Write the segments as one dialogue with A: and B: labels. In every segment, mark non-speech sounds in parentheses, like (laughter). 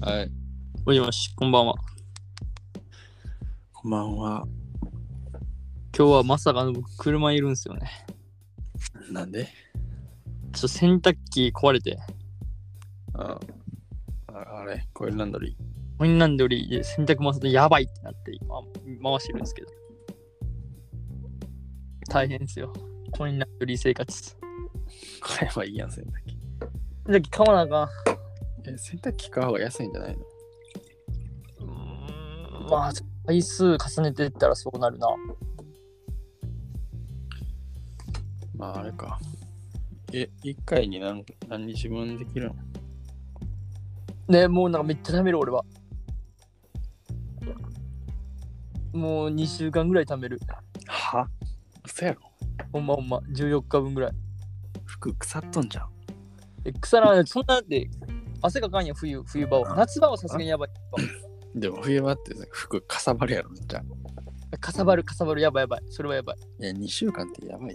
A: はい。
B: もしもし、こんばんは。
C: こんばんは。
B: 今日はまさかの僕、車いるんですよね。
C: なんで
B: ちょっと洗濯機壊れて、
C: あああれこれなんだろう
B: こんなんでより洗濯回すとやばいってなって、今、回してるんですけど。大変ですよ。こんなんより生活。
C: (laughs) これはいいやん、洗濯機。
B: 洗濯機買わなあかん。
C: え、洗濯機買う方が安いんじゃないの
B: うーんまあ、回数重ねてったらそうなるな。
C: まあ、あれか。え、一回に何何日分できるの
B: ねえもうなんかめっちゃ貯める俺は。もう2週間ぐらい貯める。
C: は嘘やろ
B: ほんまほんま、14日分ぐらい。
C: 服腐っとんじゃん。
B: え草なそんなだって汗かかんやん冬冬場は夏場はさすがにやばい
C: でも冬場って服かさばるやろ、めっちゃ。
B: かさばるかさばるやばいやばいそれはやばい
C: いや、2週間ってやばいね。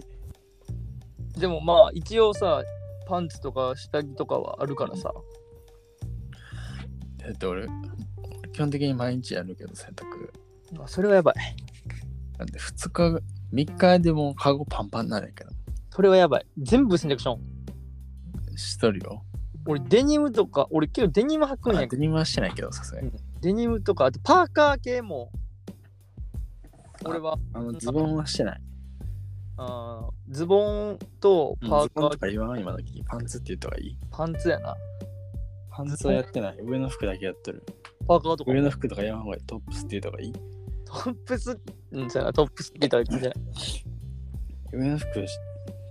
B: でもまあ一応さパンツとか下着とかはあるからさ
C: だって俺、俺基本的に毎日やるけど、洗濯。
B: あそれはやばい
C: なんで2日、3日でもカゴパンパンになるんやけど。
B: それはやばい全部洗濯しょん
C: しとるよ。
B: 俺デニムとか俺今日デニム履くんや
C: 当
B: ん
C: てにはしてないけど、さすがに。
B: デニムとかあとパーカー系も俺は
C: あの、ズボンはしてない。
B: あーズボンとパ
C: パーカ
B: ーカ
C: ー
B: ー
C: とか言わない今の時パンツって言った方がいい
B: パンツやな
C: パンツはやってない。上の服だけやってる。
B: パーカーとか
C: 上の服とかやらん方がいい。トップスって言った方がいい。
B: トップスうんそうやなトップスみたいな
C: 上の服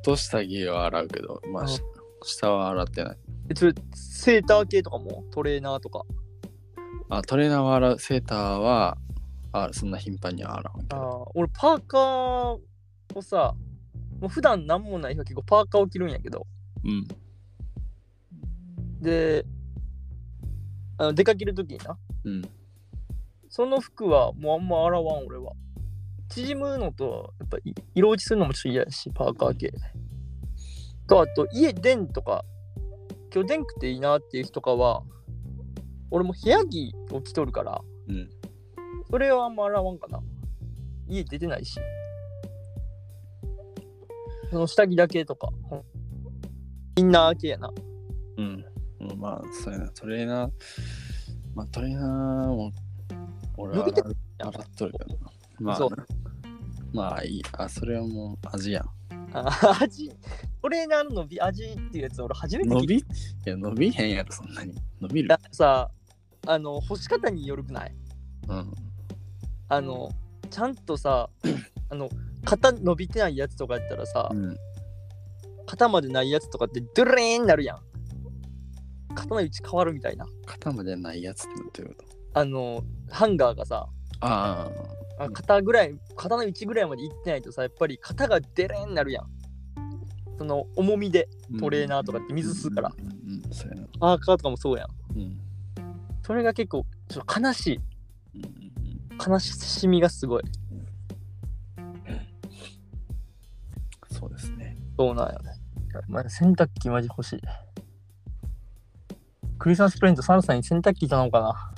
C: と下着は洗うけど、ま
B: う
C: あ
B: ん
C: し下は洗ってない。
B: えそれセーター系とかもトレーナーとか
C: あ、トレーナーは洗う。セーターは、あそんな頻繁には洗わんけ
B: あ
C: ど。
B: ー俺パーカーをさもう普段なんもない日は結構パーカーを着るんやけど
C: うん。
B: であの出かける時にな
C: うん。
B: その服はもうあんま洗わん俺は縮むのとやっぱい色落ちするのもちょっと嫌やしパーカー系とあと家出んとか今日出んくていいなっていう日とかは俺も部屋着を着とるから
C: うん。
B: それはあんま洗わんかな。家出てないし。その下着だけとか。うんインナー系やな。
C: うん。うん、まあ、そうやな。トレーナー、まあトレーナーも、俺は
B: 伸びて
C: 洗う洗っとるけどな。まあ、
B: そう
C: まあいい。あ、それはもう味やん。
B: あ味、トレーナーの伸び味っていうやつ俺初めて
C: 伸
B: 聞い
C: びいや伸びへんやろそんなに伸びる
B: た。さ、あの、干し方によるくない
C: うん
B: あの、ちゃんとさ、 (clears throat) あの、肩伸びてないやつとかやったらさ
C: う、ん
B: 肩までないやつとかってドゥルーンになるやん。肩の位置変わるみたいな。
C: 肩までないやつってどういうこと
B: あの、ハンガーがさ、
C: ああ
B: あ
C: うん
B: 肩ぐらい肩の位置ぐらいまで行ってないとさやっぱり肩がデレーになるやんその重みでトレーナーとかって水吸うから
C: うんうんうんそうやな
B: パーカーとかもそうやん
C: うんうん
B: それが結構ちょっと悲しい
C: うんうん
B: 悲しみがすごい
C: そうですね
B: そうなんよね、まあ、洗濯機マジ欲しいクリスマスプレゼントサンタさんに洗濯機頼もうかな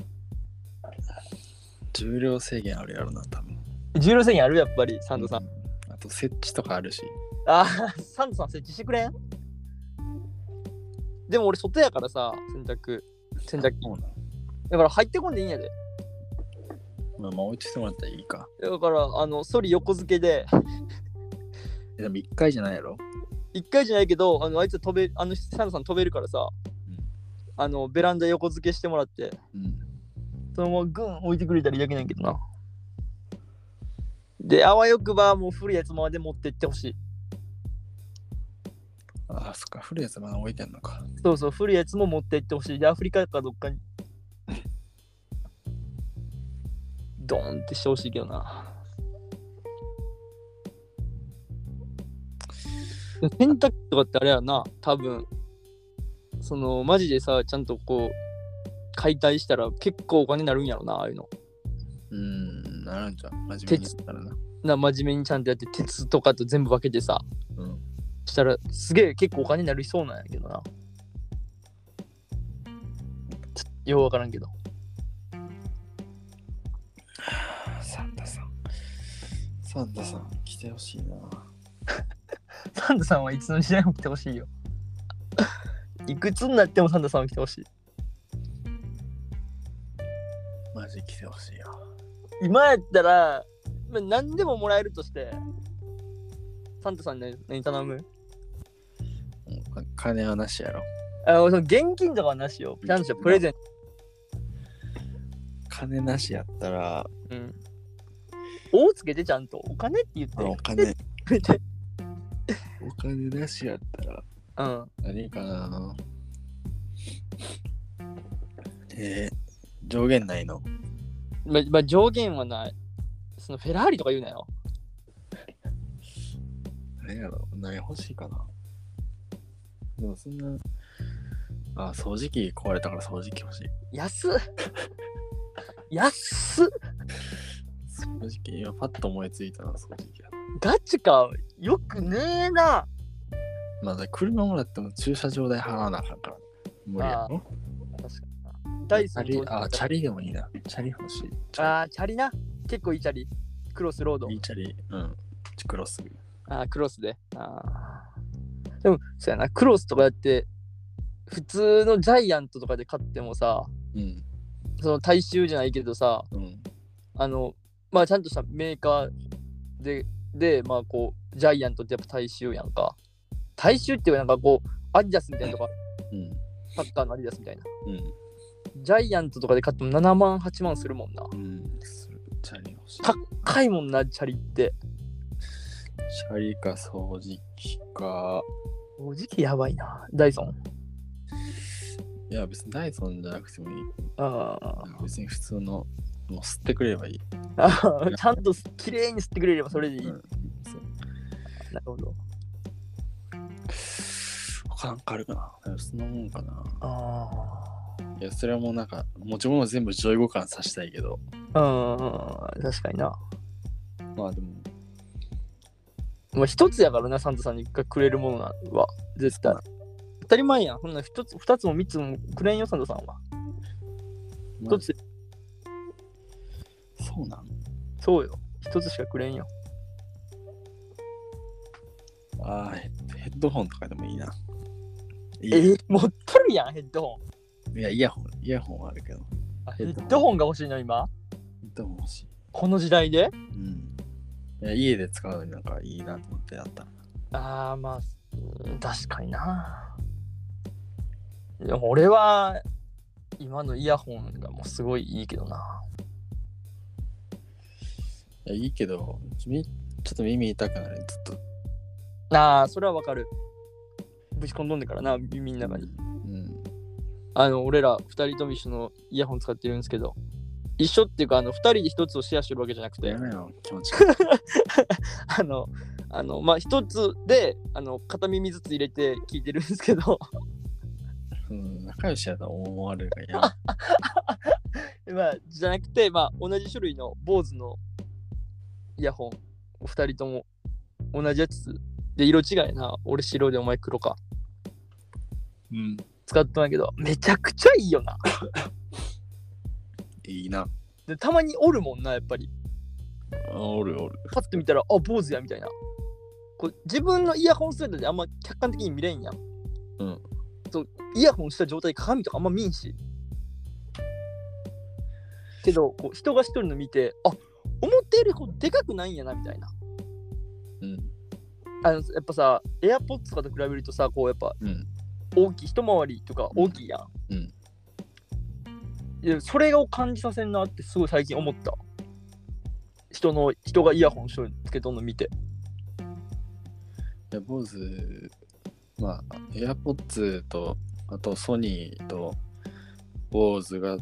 C: 重量制限あるやろな多分
B: 重量制限あるやっぱりサンタさん、
C: うあと設置とかあるし
B: あーサンタさん設置してくれんでも俺外やからさ洗濯洗濯機
C: そうなの
B: だから入ってこんでいいんやで
C: まあまあ置いてきてもらったらいいか
B: だからあのソリ横付けで
C: えでも一回じゃないやろ
B: 一回じゃないけどあのあいつ飛べあのサンタさん飛べるからさ、
C: うん
B: あのベランダ横付けしてもらって
C: うん
B: そのままグン置いてくれたりだけなんやけどなであわよくばもう古いやつまで持ってってほしい
C: ああそっか古いやつまだ置いてんのか
B: そうそう古いやつも持ってってほしいでアフリカかどっかにドーンってしてほしいけどな洗濯機とかってあれやな多分そのマジでさちゃんとこう解体したら結構お金になるんやろなああいうの
C: うんなるんじゃん真面目にやったらな
B: な真面目にちゃんとやって鉄とかと全部分けてさ
C: うん
B: したらすげえ結構お金になりそうなんやけどな。ちょようわからんけど。
C: サンタさん。サンタさん、来てほしいな。
B: サンタさんはいつの時代も来てほしいよ。 (laughs) いくつになってもサンタさんは来てほしい。
C: マジ来てほしいよ。
B: 今やったら、まあ、何でももらえるとして、サンタさんに何頼む
C: もう金はなしやろ。
B: あその現金とかはなしよ。ちゃんとプレゼント。
C: 金なしやったら、
B: うん。おつけてちゃんと。お金って言っ
C: あ
B: て。
C: お金、
B: くれて
C: お金なしやったら、
B: うん。
C: 何かなえー、上限ないの
B: ま、まあ、上限はない。そのフェラーリとか言うなよ。
C: 何やろ何欲しいかなでもそんな、あ、掃除機壊れたから掃除機欲しい。
B: 安っ安っ
C: 掃除機、今パッと思いついたな、掃除機やな。
B: ガチか。よくねえな。
C: まあ、だから車もらっても駐車場代払わなあかんから。無理やろ
B: 確かにな。ダイ
C: チ
B: ソ
C: ャ
B: ン
C: リ
B: と
C: あ、チャリでもいいな。チャリ欲しい。チャ
B: あー、チャリな。結構いいチャリ。クロスロード
C: リ。いいチャリ。うん。クロス。
B: あークロスで。あーでも、そうやな。クロスとかやって、普通のジャイアントとかで買ってもさ、
C: うん。
B: その大衆じゃないけどさ、
C: うん。
B: あの、まあちゃんとしたメーカーで、で、まあこう、ジャイアントってやっぱ大衆やんか。大衆っていうかなんかこう、アディダスみたいなとか、
C: うん。
B: サッカーのアディダスみたいな。
C: うん。
B: ジャイアントとかで買っても7万、8万するもんな。
C: うん。するチャリ欲しい。
B: か高いもんな、チャリって。
C: チャリか掃除機か。
B: おじきやばいな。ダイソン。
C: いや、別にダイソンじゃなくてもいい。
B: あ
C: 別に普通の、もう吸ってくれればいい。
B: ーあー。ちゃんと綺麗に吸ってくれればそれでいい。
C: うんそう
B: なるほど。
C: 他なんかあるかなでもそんなもんかな。
B: あ
C: いや、それはもうなんか、持ち物全部15感させたいけど。
B: あ。うん、確かにな。
C: まあでも、
B: まあ、一つやからな、サンタさんがくれるものは、絶対
C: そう。
B: 当たり前やん。ほんなら一つ、二つも三つもくれんよ、サンタさんは。
C: まあ
B: 一つ、
C: そうなん
B: そうよ。一つしかくれんよ。
C: ああ、ヘッヘッドホンとかでもいいな。いや、
B: えー、持っとるやん、ヘッドホン。
C: いやイヤホン、イヤホンはあるけど。ヘ
B: あヘ
C: ヘッドホン
B: ッドホンが欲しいの、今。
C: ッドホン欲しい。
B: この時代で
C: うん。いや、家で使うのになんかいいなと思ってやった。
B: ああ、まあ、うん確かにな。でも俺は、今のイヤホンがもうすごいいいけどな。
C: いや、いいけど、みちょっと耳痛くなる。ずっと。
B: ああ、それはわかる。ぶち込んどんでからな、耳の中に。
C: うん。
B: あの、俺ら二人とも一緒のイヤホン使ってるんですけど、一緒っていうか、あの、二人で一つをシェアしてるわけじゃなくて
C: や、めろ、気持ち悪い。
B: あの、あの、まあ、一つで、あの、片耳ずつ入れて聞いてるんですけど、
C: (laughs) うん、仲良しやと思われるからやめろ。
B: (laughs) まあ、じゃなくて、まあ、同じ種類の BOSE のイヤホン、お二人とも同じやつで、色違いな、俺白でお前黒か、
C: うん。
B: 使ってないけど、めちゃくちゃいいよな。
C: いいな。
B: でたまにおるもんな、やっぱり。
C: あおるおる。
B: パッと見たら、あ、BOSE や、みたいな。こう自分のイヤホン姿であんま客観的に見れんやん。
C: うん。
B: そう、イヤホンした状態で鏡とかあんま見んし。けど、こう人が一人の見て、あ、思ったよりこうでかくないんやな、みたいな。
C: うん。
B: あのやっぱさ、AirPods とかと比べるとさ、こうやっぱ
C: うん。
B: 大きい、一回りとか大きいやん。
C: うん
B: いやそれを感じさせんなってすごい最近思った。人の人がイヤホンしとるつけとんの見て。
C: いや、坊主、まあ、AirPods と、あとソニーと、坊主が、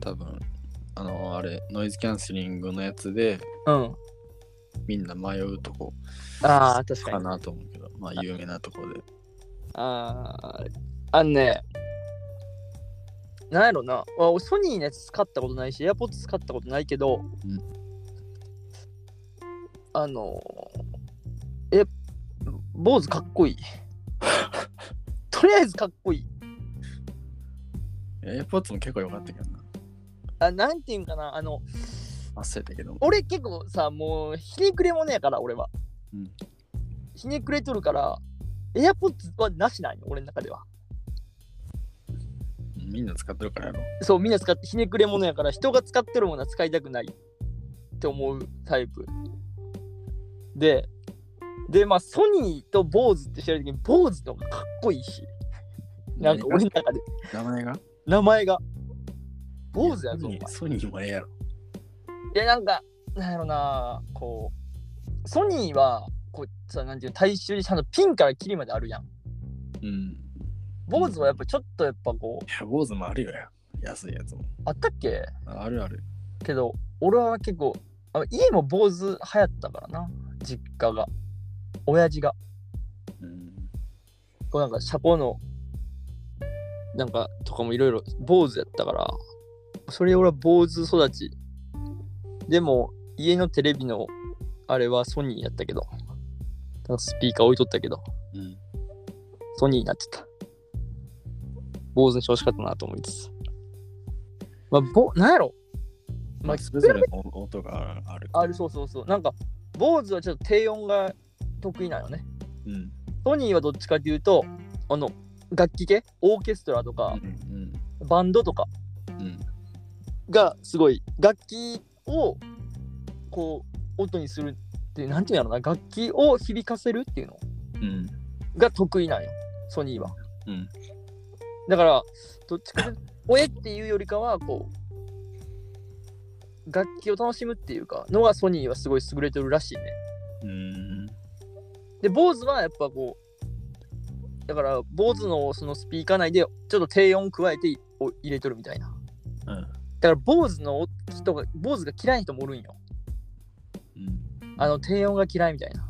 C: 多分あの、あれ、ノイズキャンセリングのやつで、
B: うん。
C: みんな迷うとこ
B: ああ、確か
C: か
B: に。
C: なと思うけど、まあ、有名なとこで。
B: ああ、あんね。なんやろな。あ俺ソニーのやつ使ったことないし、AirPods 使ったことないけど、
C: うん
B: あのー、え、坊
C: (laughs)
B: 主かっこいい。とりあえずかっこいい。
C: AirPods も結構良かったけどな。
B: あなんていうんかなあの
C: 忘れたけども。
B: 俺結構さもうひねくれもねやから俺は、
C: うん
B: ひねくれとるからエアポッツはなしないの俺の中では
C: みんな使ってるからやろ。
B: そうみんな使ってひねくれものやから人が使ってるものは使いたくないって思うタイプででまあソニーと坊主って調べた時に坊主の方がかっこいいしなんか俺の中で
C: 名前が
B: 名前が坊主や
C: ソ
B: ぞお
C: ニ
B: 前
C: ーソニーもええやろ。
B: いやなんかなんやろなこうソニーはこうさなんていうの大衆にちゃんとピンからキリまであるやん
C: うん。
B: 坊主はやっぱちょっとやっぱこう
C: いや、坊主もあるよや。安いやつも。
B: あったっけ
C: ああるある。
B: けど俺は結構あ家も坊主流行ったからな実家が親父が
C: うん。
B: こうなんかシャコのなんかとかもいろいろ坊主やったからそれ俺は坊主育ちでも家のテレビのあれはソニーやったけどなんかスピーカー置いとったけど
C: うん。
B: ソニーになっちゃった。坊主にしてほしかったなと思いつつ。まあ、ぼ、なんやろ
C: まあ、
B: まあ
C: それぞれの音がある。
B: あるそうそうそう。なんか、坊主はちょっと低音が得意なのね。
C: うん。うん。
B: ソニーはどっちかというと、あの、楽器系オーケストラとか、バンドとか
C: うん。うん。
B: がすごい、楽器を、こう、音にするって、なんていうんやろな、楽器を響かせるっていうの
C: うん。
B: が得意なんよ、ソニーは。
C: うん。
B: だから、どっちかというと、 (laughs) おえっていうよりかは、こう、楽器を楽しむっていうか、のがソニーはすごい優れてるらしいね。
C: うん。
B: で、坊主はやっぱこう、だから、坊主のそのスピーカー内で、ちょっと低音加えてお入れとるみたいな。
C: うん。
B: だから、坊主の人が、坊主が嫌いな人もおるんよ。あの、低音が嫌いみたいな。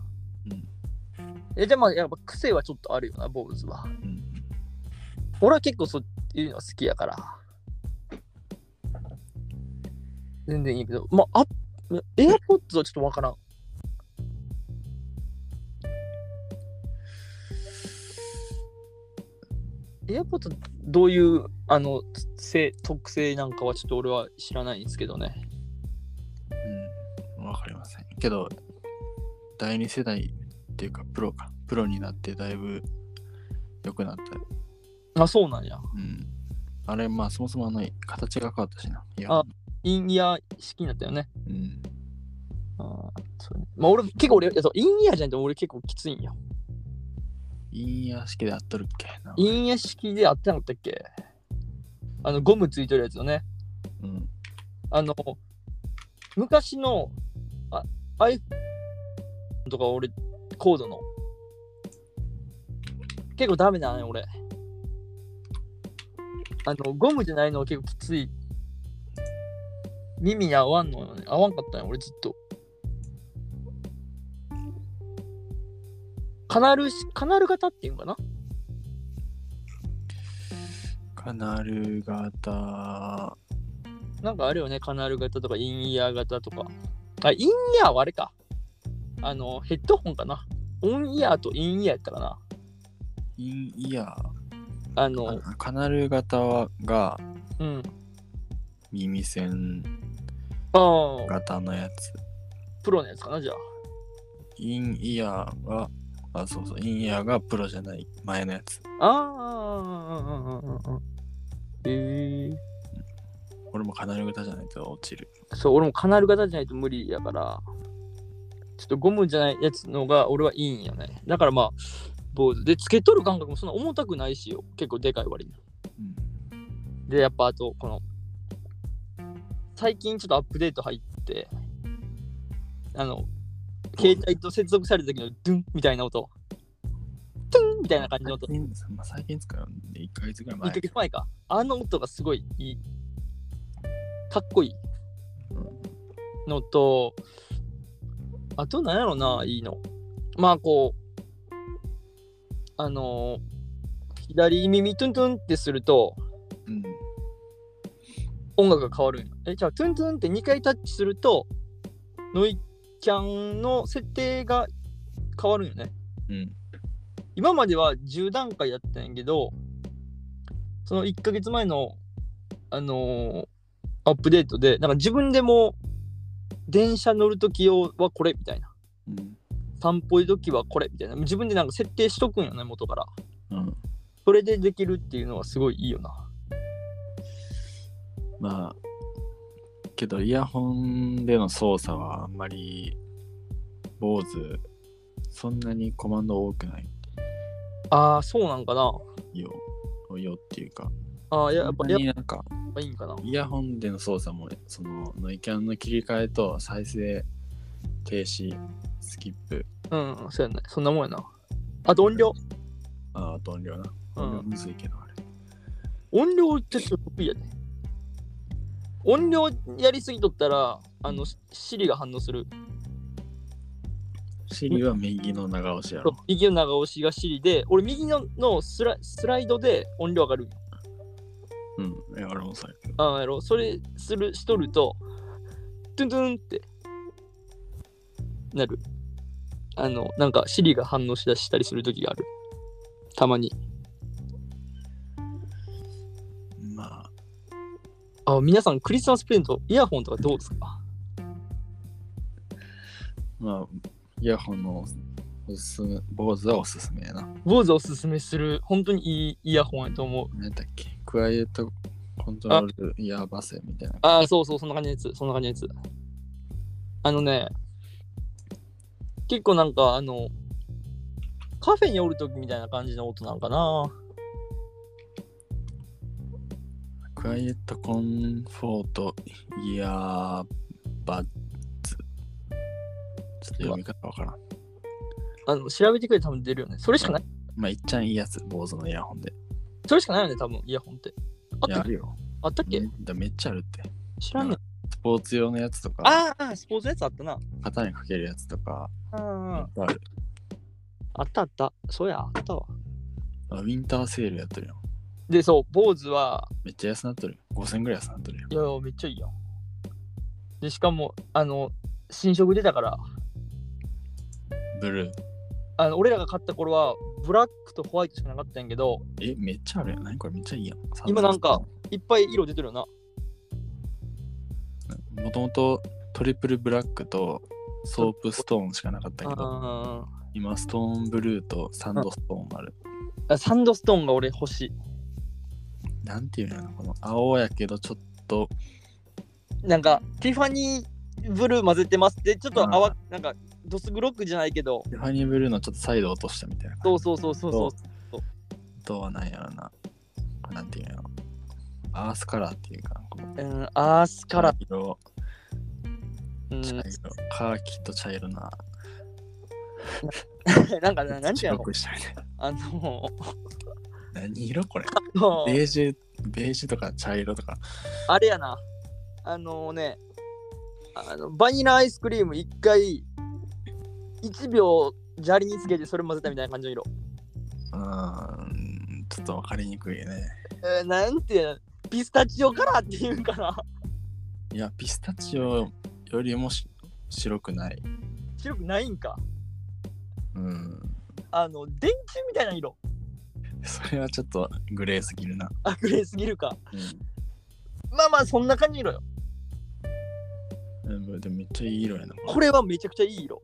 C: うん
B: え、でも、やっぱ癖はちょっとあるよな、坊主は。
C: うん。
B: 俺は結構そういうのは好きやから。全然いいけど、まあ、エアポッドはちょっとわからん。エアポッドどういうあの性特性なんかはちょっと俺は知らないんですけどね。
C: うん。わかりません。けど、第二世代っていうか、プロか。プロになってだいぶ良くなった。
B: あ、そうなんや。
C: うん。あれ、まあ、そもそもあの、形が変わったしな。いや、
B: あインイヤー式になったよね。
C: うん。
B: あーそうねまあ俺、結構俺、いやそうインイヤーじゃないと俺結構きついんよ。
C: いい屋敷であっとるっけな。
B: 陰影式であってなかったっけあのゴムついてるやつよね
C: うん。
B: あの昔のあ iPhone とか俺コードの結構ダメだね俺あのゴムじゃないのは結構きつい耳に合わんのよね合わんかったね俺ずっとカナルしカナル型っていうんかな
C: カナル型。
B: なんかあるよね、カナル型とかインイヤー型とか。あ、インイヤーはあれか。あの、ヘッドホンかな。オンイヤーとインイヤーやったかな。
C: インイヤ
B: あの、
C: ー。カナル型はが
B: うん。
C: 耳栓
B: ああ、
C: 型のやつ。
B: プロのやつかな、じゃあ。
C: インイヤーは、あ、そうそう、インイヤーがプロじゃない前のやつ。
B: ああ、うんうんうんうんうん。ええ
C: 俺もカナル型じゃないと落ちる。
B: そう、俺もカナル型じゃないと無理やから、ちょっとゴムじゃないやつのが俺はいいんよね。だからまあ、坊主。で、つけとる感覚もそんな重たくないしよ。結構でかい割に。
C: うん。
B: で、やっぱあと、この、最近ちょっとアップデート入って、あの、携帯と接続された時のドゥンみたいな音、ドゥンみたいな感じの音、
C: 最近、まあ、最近使うんで、1ヶ月ぐらい
B: 1
C: 前
B: ヶ。月前か。あの音がすごいいい。かっこいいのと、あとなんやろな、いいの。まあこう、あのー左耳トゥントゥンってすると、
C: うん。
B: 音楽が変わるんよえじゃあトゥントゥンって2回タッチするとノイキャンの設定が変わるんよね
C: うん。
B: 今までは10段階やったんやけどその1ヶ月前のあのーアップデートで、なんか自分でも電車乗るとき用はこれみたいな、
C: うん。
B: 散歩行くときはこれみたいな、自分でなんか設定しとくんよね、元から。
C: うん。
B: それでできるっていうのはすごいいいよな。
C: まあ、けどイヤホンでの操作はあんまり、坊主、そんなにコマンド多くない
B: ああ、そうなんかな。
C: よ。よっていうか、
B: ああ、ややっ
C: そ
B: ぱ
C: ん
B: や
C: な
B: っ
C: になんか、
B: ぱいいんかな。
C: イヤホンでの操作も、その、ノイキャンの切り替えと再生、停止、スキップ、
B: うん、うんそうやね。そんなもんやな。あと音量。
C: あー音量な。
B: う
C: 音量
B: ん、
C: むずいけど、あれ。
B: 音量ってちょっと得意やね。音量やりすぎとったら、あの、シリが反応する。
C: シリは右の長押しや
B: そ
C: ろ
B: う。右の長押しがシリで、俺右ののスラスライドで音量上がるんよ。
C: うん。え俺もそうやけど。
B: ああやろ。それするしとると、トゥントゥンってなる。あの、なんかシリが反応しだしたりするときがある。たまに。
C: まあ、
B: あ、皆さんクリスマスプレゼント、イヤホンとかどうですか
C: まあ、イヤホンのおすすめ、坊主はおすすめやな。
B: 坊主おすすめする、本当にいいイヤホンやと思う。
C: なんだっけクワイエットコントロールイヤーバスみたいな。
B: ああ、そうそう、そんな感じのやつ、そんな感じのやつ。あのね、結構なんか、あの、カフェにおるときみたいな感じの音なんかな。
C: クワイエットコンフォートイヤーバッツ。ちょっと読み方わからん。
B: あの、調べてくれたら多分出るよね。それしかない。
C: まあ、いっちゃんいいやつ、坊主のイヤホンで。
B: それしかないよね、多分、イヤホンって。あっ
C: い
B: た
C: や、
B: っ
C: あ
B: け
C: るよ。
B: あったっけ
C: だめっちゃあるって。
B: 知らんねん。
C: スポーツ用のやつとか、
B: ああ、スポーツのやつあったな。
C: 肩にかけるやつとか、いっ
B: あ
C: ぱいある。
B: あったあった。そうや、あったわ。
C: あウィンターセールやってるよ。
B: で、そう、坊主は、
C: めっちゃ安なっとるよ。5000ぐらい安なっとるよ。
B: いやいや、めっちゃいいやん。で、しかも、あの、新色出たから、
C: ブルー。
B: あの俺らが買った頃は、ブラックとホワイトしかなかったんやけど、
C: え、めっちゃあるやん。何これめっちゃいいやん。
B: 今なんかいっぱい色出てるよな。
C: もともとトリプルブラックとソープストーンしかなかったけど、
B: あ
C: 今ストーンブルーとサンドストーンある。
B: ーサンドストーンが俺欲し
C: なんていうのやろこの青やけどちょっと、
B: い。なんか、ティファニーブルー混ぜてますって、ちょっ
C: あ
B: と
C: ー
B: 泡、なんか、ドス黒くじゃないけど、
C: ティファニーブルーのちょっとサイド落としたみたいな
B: そ
C: 感
B: う
C: じ。
B: そうそうそうそう。
C: あとはなんやろな。なんていうのやろアースカラーっていうか、この
B: うん、アースカラー。
C: 色、
B: うん
C: 茶色、カーキと茶色な、
B: (laughs) なんか、なんていう
C: 白
B: の
C: くしたみたいな。
B: あの、
C: 何色これ
B: あの
C: ベージュ、ベージュとか茶色とか。
B: あれやな。あのね、あのバニラアイスクリーム一回、1秒砂利につけてそれ混ぜたみたいな感じの色。
C: うーん、ちょっとわかりにくいね。
B: えーなんていうのピスタチオカラーっていうんかな。 (laughs)
C: いや、ピスタチオよりもし白くない。
B: 白くないんか。
C: うん。
B: あの、電球みたいな色。
C: それはちょっとグレーすぎるな。
B: あ、グレーすぎるか。
C: う
B: まあまあ、そんな感じの色よ。
C: ん。うん、でもめっちゃいい色やな。
B: これはめちゃくちゃいい色。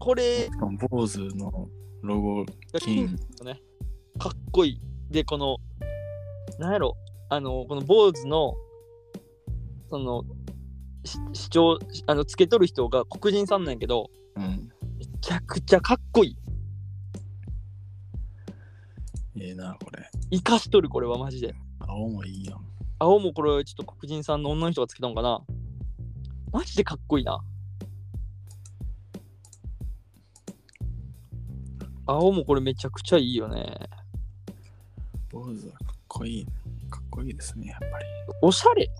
B: これ
C: しかも坊主のロゴ
B: が金
C: 金。
B: かっこいい。で、この、なんやろ、あの、この坊主の、その、し主張、あの、つけとる人が黒人さんなんやけど、
C: うん。
B: めちゃくちゃかっこいい。
C: ええな、これ。
B: 生かしとる、これはマジで。
C: 青もいいやん。
B: 青もこれ、ちょっと黒人さんの女の人がつけたんかな。マジでかっこいいな。青もこれめちゃくちゃいいよね。
C: 坊主はかっこいい。かっこいいですね、やっぱり。
B: おしゃれ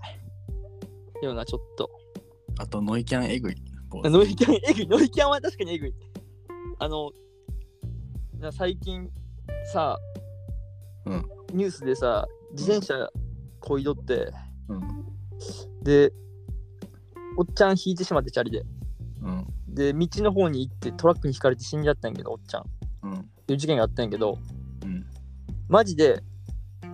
B: よな、ちょっと。
C: あと、ノイキャンえぐい。坊主
B: ノイキャン、えぐい、ノイキャンは確かにえぐい。あの、な最近さ、
C: うん
B: ニュースでさ、自転車こいどって、
C: うん。
B: で、おっちゃん引いてしまって、チャリで。
C: うん。
B: で、道の方に行ってトラックにひかれて死んじゃったんやけど、おっちゃん。っ
C: うん。
B: ていう事件があったんやけど、
C: うん。
B: マジで、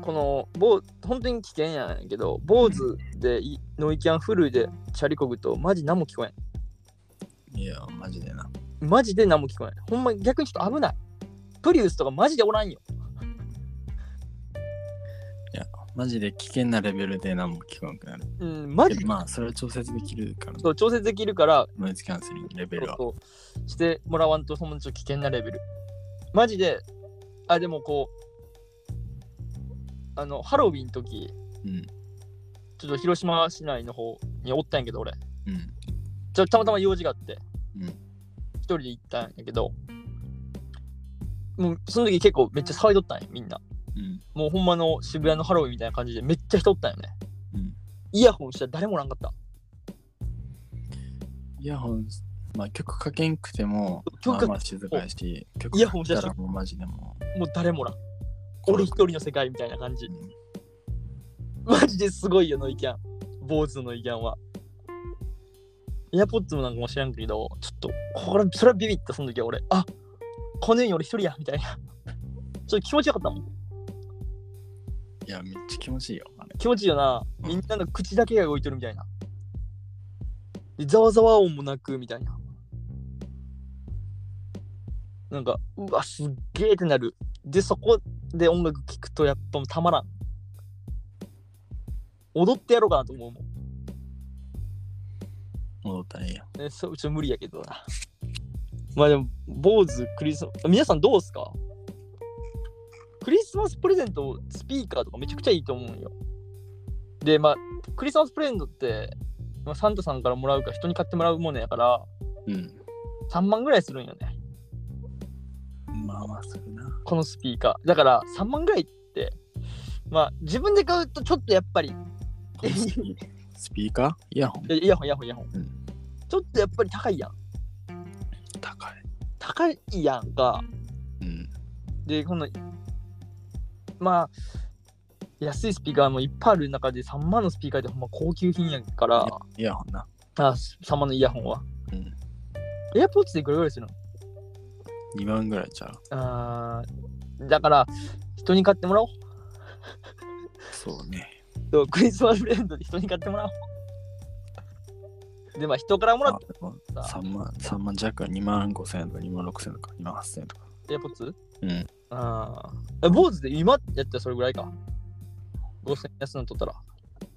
B: この坊本当に危険やんやけど坊主でいノイキャンフルでチャリこぐとマジ何も聞こえ
C: いや、マジでな。
B: んマジで何も聞こえんほんま逆にちょっと危ないプリウスとかマジでおらんよ
C: マジで危険なレベルで何も聞こえなくなる。
B: うんマジ
C: けどまあ、それは調節できるから、
B: そう調節できるから
C: ノイズキャンセリングレベルは。
B: そうしてもらわんと、そのちょっと危険なレベル。マジで、あ、でもこう、あの、ハロウィンの時、
C: うん。
B: ちょっと広島市内の方におったんやけど、俺、
C: うん。
B: ちょたまたま用事があって、
C: うん
B: 一人で行ったんやけど、もうその時結構めっちゃ騒いどったんや、みんな。
C: うん。
B: もうほんまの渋谷のハロウィンみたいな感じでめっちゃ人おったんよね。
C: うん
B: イヤホンしたら誰もおらんかった。
C: イヤホン、まあ曲かけんくても、
B: 曲
C: まあまあ静かやし、曲
B: イヤホン
C: かけ
B: した
C: た
B: 人
C: らもうマジでもう。
B: もう誰もおらん。
C: 孤
B: 俺
C: 独
B: 一人の世界みたいな感じ
C: う。ん
B: マジですごいよ、ノイキャン。坊主のノイキャンは。エアポッツもなんかも知らんけど、ちょっと、これ、それはビビった、その時は俺。あこの世に俺一人や、みたいな。 (laughs) ちょっと気持ちよかったもん。
C: いや、めっちゃ気持ちいいよ、あれ。
B: 気持ちいいよな。みんなの口だけが動いてるみたいな。で、ざわざわ音もなく、みたいな。なんか、うわ、すっげーってなる。で、そこで音楽聴くと、やっぱたまらん。踊ってやろうかなと思うもん。
C: 戻ったらいいよ。
B: えそうちょ無理やけどな。まあでも、坊主、クリスマス、皆さんどうすかクリスマスプレゼント、スピーカーとかめちゃくちゃいいと思うんよ。で、まあ、クリスマスプレゼントって、まあ、サンタさんからもらうか、人に買ってもらうものやから、
C: うん。
B: 3万ぐらいするんよね、
C: まあまあするな。 (laughs)
B: このスピーカー。だから、3万ぐらいって、まあ、自分で買うとちょっとやっぱり、
C: スピーカーイヤホン
B: イヤホン、イヤホン、イヤホン
C: うん。
B: ちょっとやっぱり高いやん。
C: 高い。
B: 高いやんか。
C: うん。
B: で、この、まあ、安いスピーカーもいっぱいある中で3万のスピーカーってほんま高級品やから、
C: イヤホンな。
B: あ3万のイヤホンは。
C: うん。
B: エアポッツでぐらいぐらいするの
C: 2万ぐらいちゃう。
B: あーだから、人に買ってもらおう。
C: そうね。
B: そうクリスマスフレンドで人に買ってもらおう。で、まあ人からもらっ
C: まあ
B: た
C: 3万、3万弱、2万5千円とか2万6千円とか2万8千円とか。
B: エアポッツ
C: うん。
B: ああ。え坊主で今やったらそれぐらいか。5000円安いの取ったら。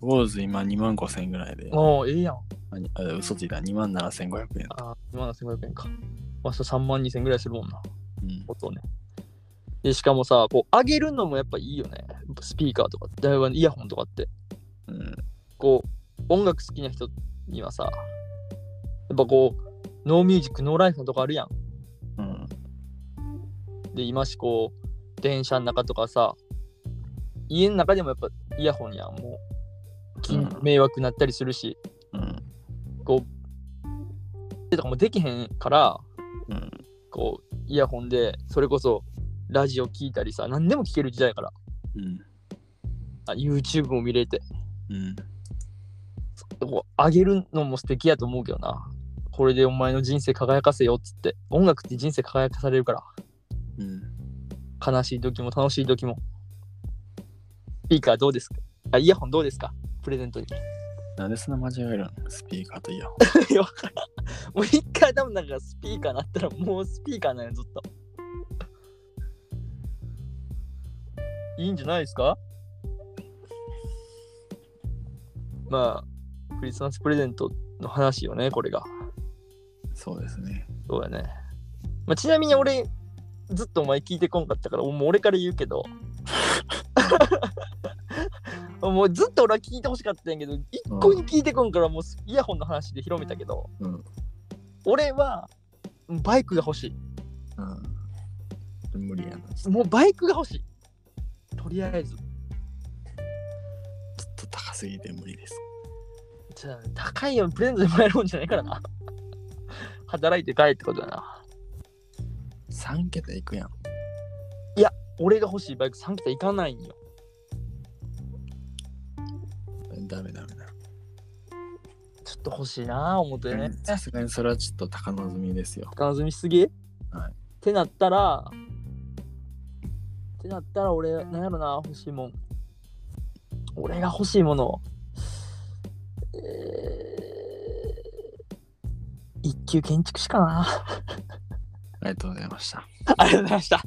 C: ウォーズ今2万5千円ぐらいで、
B: おーええやん。
C: あにあ嘘ついた2万7千5百円。
B: あー、今の1500円か。まあ、そう3万2000円ぐらいするもんな。
C: うん。
B: 音ね。で、しかもさ、こう、上げるのもやっぱいいよね。スピーカーとか、だいぶイヤホンとかって。
C: うん。
B: こう、音楽好きな人にはさ、やっぱこう、ノーミュージック、ノーライフのとこあるやん。
C: うん。
B: で、今しこう、電車の中とかさ、家の中でもやっぱイヤホンやん、もう、きん
C: うん
B: 迷惑になったりするし、
C: うん。
B: こう、とかもできへんから、
C: うん。
B: こう、イヤホンで、それこそ、ラジオ聞いたりさ、何でも聞ける時代やから、
C: うん。
B: あ YouTube も見れて、
C: うん。
B: こう上げるのも素敵やと思うけどな。これでお前の人生輝かせよっつって。音楽って人生輝かされるから。
C: うん。
B: 悲しい時も楽しい時も。スピーカーどうですかあイヤホンどうですかプレゼントに。
C: なんでそんな間違えるのスピーカーとイヤホン。
B: いやわからんもう一回多分なんかスピーカーなったらもうスピーカーなんやずっと。いいんじゃないですかまあ、クリスマスプレゼントの話よね、これが。
C: そうですね。
B: そうやね。まあ、ちなみに俺、ずっとお前聞いてこんかったから、もう俺から言うけど。 (laughs) もうずっと俺は聞いてほしかったんやけど、一向に聞いてこんから、もうイヤホンの話で広めたけど、
C: うん
B: 俺はバイクが欲し
C: うん。無理やな。ち
B: い。もうバイクが欲しい。とりあえず。
C: ょっと高すぎて無理です。
B: じゃあ、高いよ、プレゼントでもらえるもんじゃないからな。働いて帰ってことだな。
C: 3桁いくやん。
B: 俺が欲しいバイク3桁いかないんよ。
C: ダメダメダメ。
B: ちょっと欲しいなぁ、思ってね。
C: さすがにそれはちょっと高望みですよ。
B: 高積みしすぎ、
C: はい
B: ってなったらってなったら俺なんやろな欲しいもん俺が欲しいもの、えー一級建築士かな。
C: ありがとうございました。
B: ありがとうございました。